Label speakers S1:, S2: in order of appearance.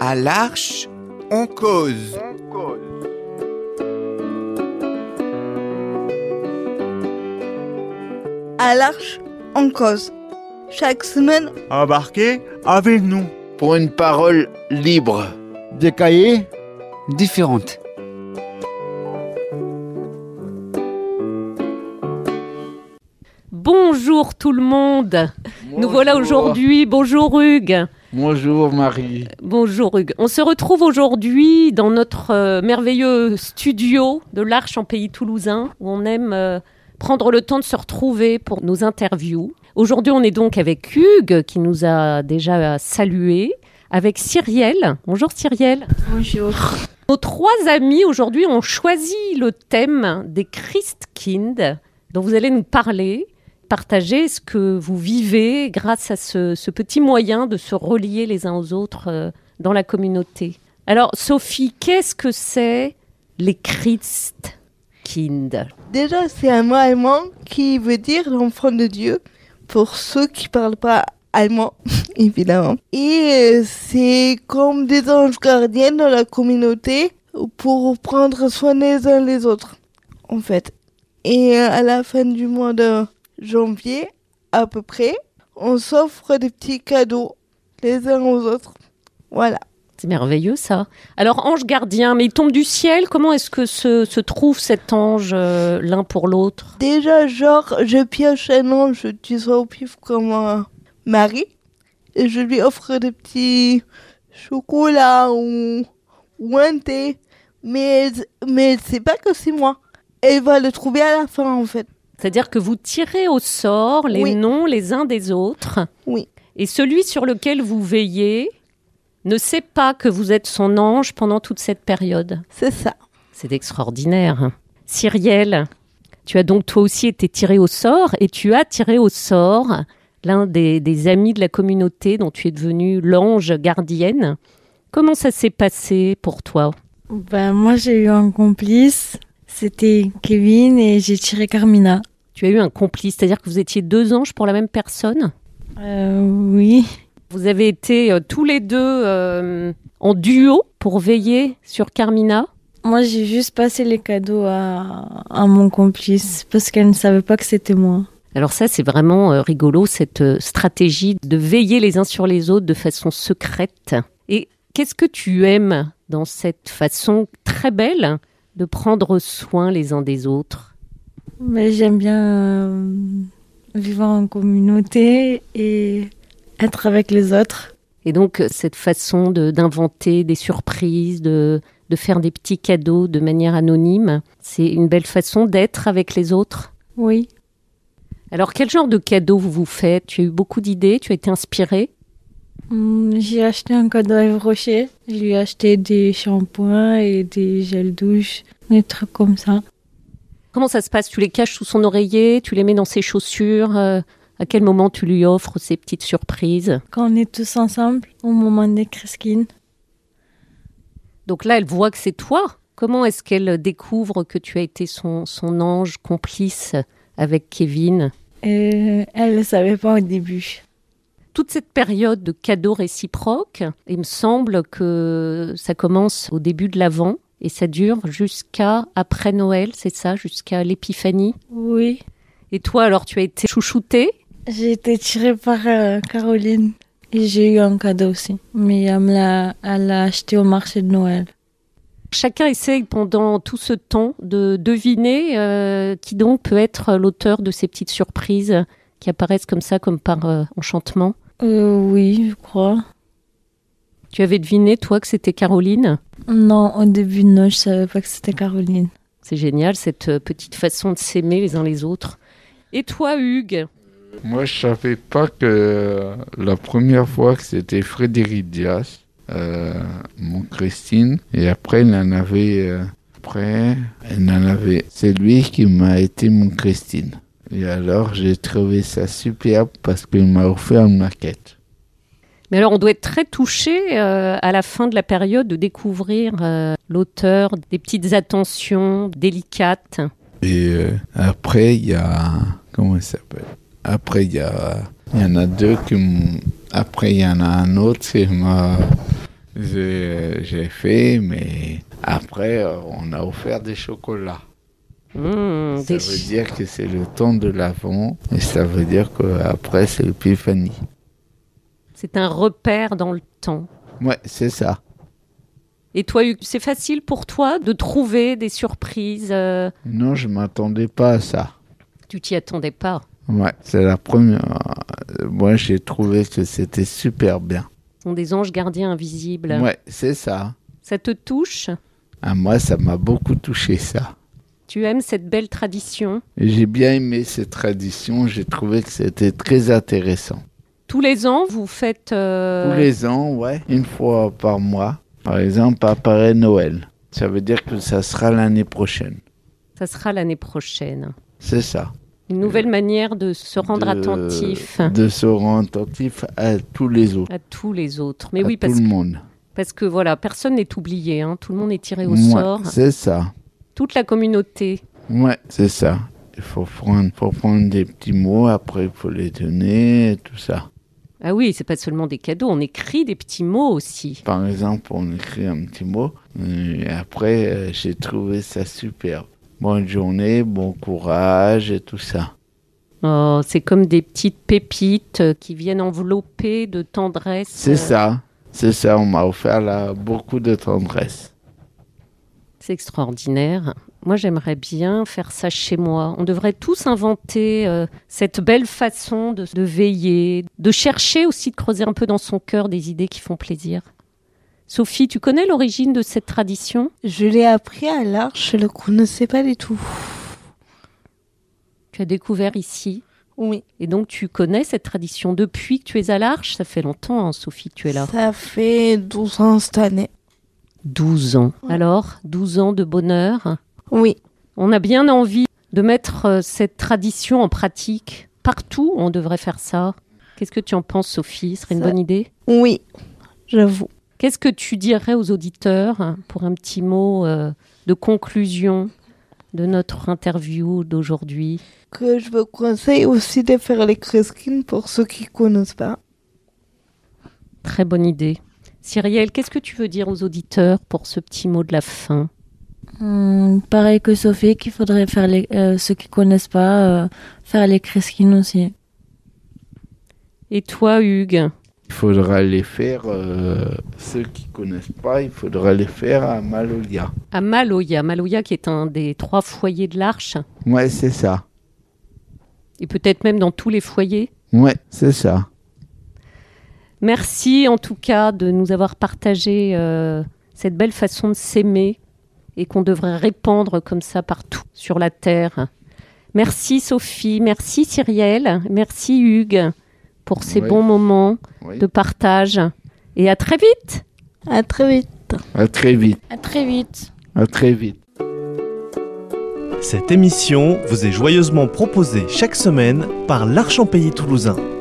S1: À l'arche, on cause.
S2: À l'arche, on cause. Chaque semaine,
S3: Embarquez avec nous.
S4: pour une parole libre.
S5: Des cahiers
S6: différentes.
S7: Bonjour tout le monde. Nous voilà aujourd'hui. Bonjour Hugues.
S4: Bonjour Marie.
S7: Bonjour Hugues. On se retrouve aujourd'hui dans notre euh, merveilleux studio de l'Arche en pays toulousain où on aime euh, prendre le temps de se retrouver pour nos interviews. Aujourd'hui, on est donc avec Hugues qui nous a déjà euh, salués, avec Cyrielle. Bonjour Cyrielle.
S8: Bonjour.
S7: Nos trois amis aujourd'hui ont choisi le thème des Christkind dont vous allez nous parler, partager ce que vous vivez grâce à ce, ce petit moyen de se relier les uns aux autres euh, dans la communauté. Alors Sophie, qu'est-ce que c'est les Christkind
S2: déjà, c'est un mot allemand qui veut dire l'enfant de Dieu, pour ceux qui parlent pas allemand, évidemment. Et euh, c'est comme des anges gardiens dans la communauté pour prendre soin les uns les autres, en fait. Et euh, à la fin du mois de janvier, à peu près, on s'offre des petits cadeaux les uns aux autres. Voilà.
S7: C'est merveilleux ça. Alors ange gardien, mais il tombe du ciel, comment est-ce que se, se trouve cet ange euh, l'un pour l'autre
S2: Déjà, genre, je pioche un ange, tu sois au pif comme un mari, et je lui offre des petits chocolats ou, ou un thé. Mais, mais c'est pas que c'est moi. Elle va le trouver à la fin, en fait.
S7: C'est-à-dire que vous tirez au sort les
S2: Oui.
S7: noms les uns des autres.
S2: Oui.
S7: Et celui sur lequel vous veillez ne sait pas que vous êtes son ange pendant toute cette période.
S2: C'est ça.
S7: C'est extraordinaire. hein. Cyrielle, tu as donc toi aussi été tiré au sort et tu as tiré au sort l'un des, des amis de la communauté dont tu es devenue l'ange gardienne. Comment ça s'est passé pour toi
S8: Ben, moi, j'ai eu un complice. C'était Kevin et j'ai tiré Carmina.
S7: Tu as eu un complice, c'est-à-dire que vous étiez deux anges pour la même personne
S8: Euh, oui.
S7: Vous avez été euh, tous les deux euh, en duo pour veiller sur Carmina.
S8: Moi, j'ai juste passé les cadeaux à, à mon complice parce qu'elle ne savait pas que c'était moi.
S7: Alors ça, c'est vraiment euh, rigolo, cette euh, stratégie de veiller les uns sur les autres de façon secrète. Et qu'est-ce que tu aimes dans cette façon très belle de prendre soin les uns des autres
S8: Mais j'aime bien euh, vivre en communauté et être avec les autres.
S7: Et donc euh, cette façon de- d'inventer des surprises, de, de faire des petits cadeaux de manière anonyme, c'est une belle façon d'être avec les autres
S8: Oui.
S7: Alors, quel genre de cadeau vous vous faites Tu as eu beaucoup d'idées, tu as été inspirée.
S8: Hum, J'ai acheté un cadeau à Yves Rocher. Je lui ai acheté des shampoings et des gels douche, des trucs comme ça.
S7: Comment ça se passe Tu les caches sous son oreiller Tu les mets dans ses chaussures euh, À quel moment tu lui offres ces petites surprises
S8: Quand on est tous ensemble, au moment des Chriskins,
S7: Donc là, elle voit que c'est toi. Comment est-ce qu'elle découvre que tu as été son, son ange complice avec Kevin
S8: euh, elle ne le savait pas au début.
S7: Toute cette période de cadeaux réciproques, il me semble que ça commence au début de l'Avent et ça dure jusqu'à après Noël, c'est ça Jusqu'à l'Épiphanie
S8: Oui,
S7: Et toi, alors, tu as été chouchoutée
S8: j'ai été tirée par euh, Caroline. Et j'ai eu un cadeau aussi. Mais elle me l'a- elle l'a acheté au marché de Noël.
S7: Chacun essaye pendant tout ce temps de deviner euh, qui donc peut être l'auteur de ces petites surprises qui apparaissent comme ça, comme par euh, enchantement.
S8: Euh, oui, je crois.
S7: Tu avais deviné, toi, que c'était Caroline
S8: Non, au début, non, je savais pas que c'était Caroline.
S7: C'est génial, cette euh, petite façon de s'aimer les uns les autres. Et toi, Hugues
S4: Moi, je savais pas que la première fois que c'était Frédéric Diaz, euh, mon Christine, et après, il en avait. euh, après, il en avait. C'est lui qui m'a été mon Christine. Et alors, j'ai trouvé ça superbe parce qu'il m'a offert une maquette.
S7: Mais alors, on doit être très touché euh, à la fin de la période de découvrir euh, l'auteur des petites attentions délicates.
S4: Et euh, après, il y a. Comment il s'appelle Après, il y a. Il y en a deux qui m- Après, il y en a un autre qui m'a Je- J'ai fait, mais après, euh, on a offert des chocolats.
S7: Mmh,
S4: Ça
S7: des-
S4: veut dire que c'est le temps de l'avant et ça veut dire qu'après, c'est l'épiphanie.
S7: C'est un repère dans le temps.
S4: Ouais, c'est ça.
S7: Et toi, Hugues, c'est facile pour toi de trouver des surprises euh,
S4: Non, je m'attendais pas à ça.
S7: Tu t'y attendais pas.
S4: Ouais, c'est la première. euh, Moi, j'ai trouvé que c'était super bien.
S7: Ce sont des anges gardiens invisibles.
S4: Ouais, c'est ça.
S7: Ça te touche
S4: À Ah, moi, ça m'a beaucoup touché, ça.
S7: Tu aimes cette belle tradition
S4: Et J'ai bien aimé cette tradition, j'ai trouvé que c'était très intéressant.
S7: Tous les ans, vous faites... euh,
S4: Tous les ans, ouais, une fois par mois, par exemple, apparaît Noël. Ça veut dire que ça sera l'année prochaine.
S7: Ça sera l'année prochaine.
S4: C'est ça.
S7: Une nouvelle manière de se rendre
S4: Euh, De-
S7: attentif
S4: De se rendre attentif à tous les autres,
S7: à tous les autres. Mais
S4: à
S7: Eh oui,
S4: tout
S7: parce,
S4: le monde.
S7: parce que voilà, personne n'est oublié. hein. Tout le monde est tiré au
S4: Ouais,
S7: sort.
S4: c'est ça.
S7: Toute la communauté.
S4: Ouais, c'est ça. Il faut prendre, faut prendre des petits mots, après il faut les donner, et tout ça.
S7: Ah oui, c'est pas seulement des cadeaux, on écrit des petits mots aussi.
S4: Par exemple, on écrit un petit mot, euh, et après euh, j'ai trouvé ça superbe. Bonne journée, bon courage et tout ça.
S7: Oh, c'est comme des petites pépites euh, qui viennent envelopper de tendresse.
S4: C'est
S7: euh,
S4: ça, c'est ça, on m'a offert là beaucoup de tendresse.
S7: C'est extraordinaire. Moi, j'aimerais bien faire ça chez moi. On devrait tous inventer euh, cette belle façon de, de veiller, de chercher aussi de creuser un peu dans son cœur des idées qui font plaisir. Sophie, tu connais l'origine de cette tradition
S2: Je l'ai appris à l'arche, je le connaissais pas du tout.
S7: Tu as découvert ici.
S2: Oui.
S7: Et donc, tu connais cette tradition depuis que tu es à l'Arche Ça fait longtemps, hein, Sophie, que tu es là.
S2: Ça fait 12 ans cette année.
S7: 12 ans.
S2: Ouais.
S7: Alors, 12 ans de bonheur.
S2: Oui.
S7: On a bien envie de mettre euh, cette tradition en pratique. Partout, on devrait faire ça. Qu'est-ce que tu en penses, Sophie Ce serait une
S2: Ça-
S7: bonne idée.
S2: Oui. J'avoue.
S7: Qu'est-ce que tu dirais aux auditeurs hein, pour un petit mot euh, de conclusion de notre interview d'aujourd'hui
S2: Que je vous conseille aussi de faire les Kreskin pour ceux qui connaissent pas.
S7: Très bonne idée. Cyrielle, qu'est-ce que tu veux dire aux auditeurs pour ce petit mot de la fin
S8: Hum, pareil que Sophie, qu'il faudrait faire les, euh, ceux qui connaissent pas, euh, faire les Kreskin aussi.
S7: Et toi, Hugues
S4: Il faudra les faire, euh, ceux qui connaissent pas, il faudra les faire à Malolia.
S7: À Maloya, Maloya qui est un des trois foyers de l'Arche,
S4: Ouais, c'est ça.
S7: et peut-être même dans tous les foyers.
S4: Ouais, c'est ça.
S7: Merci en tout cas de nous avoir partagé euh, cette belle façon de s'aimer et qu'on devrait répandre comme ça partout sur la Terre. Merci Sophie, merci Cyrielle, merci Hugues pour ces
S4: Ouais.
S7: bons moments
S4: Oui.
S7: de partage et à très vite
S2: À très vite.
S4: À très vite,
S8: À très vite.
S4: à très vite.
S5: Cette émission vous est joyeusement proposée chaque semaine par l'Arch en Pays Toulousain.